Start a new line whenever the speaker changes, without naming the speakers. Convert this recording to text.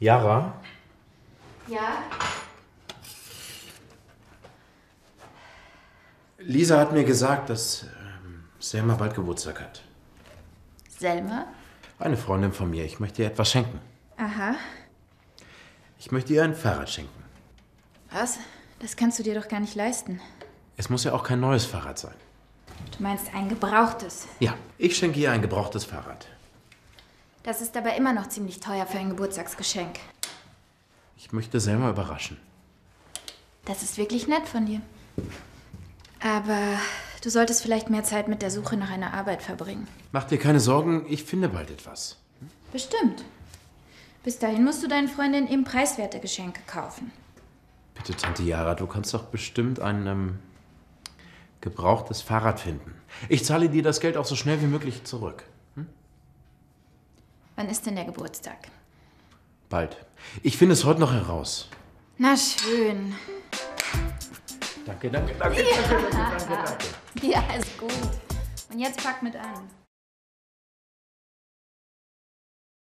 Yara,
Ja?
Lisa hat mir gesagt, dass ähm, Selma bald Geburtstag hat.
Selma?
Eine Freundin von mir, ich möchte ihr etwas schenken.
Aha.
Ich möchte ihr ein Fahrrad schenken.
Was? Das kannst du dir doch gar nicht leisten.
Es muss ja auch kein neues Fahrrad sein.
Du meinst ein gebrauchtes.
Ja, ich schenke ihr ein gebrauchtes Fahrrad.
Das ist aber immer noch ziemlich teuer für ein Geburtstagsgeschenk.
Ich möchte Selma überraschen.
Das ist wirklich nett von dir. Aber du solltest vielleicht mehr Zeit mit der Suche nach einer Arbeit verbringen.
Mach dir keine Sorgen, ich finde bald etwas.
Bestimmt. Bis dahin musst du deinen Freundinnen eben preiswerte Geschenke kaufen.
Bitte, Tante Yara, du kannst doch bestimmt ein ähm, gebrauchtes Fahrrad finden. Ich zahle dir das Geld auch so schnell wie möglich zurück.
Wann ist denn der Geburtstag?
Bald. Ich finde es heute noch heraus.
Na schön.
Danke, danke, danke.
Ja, ist gut. Und jetzt pack mit an.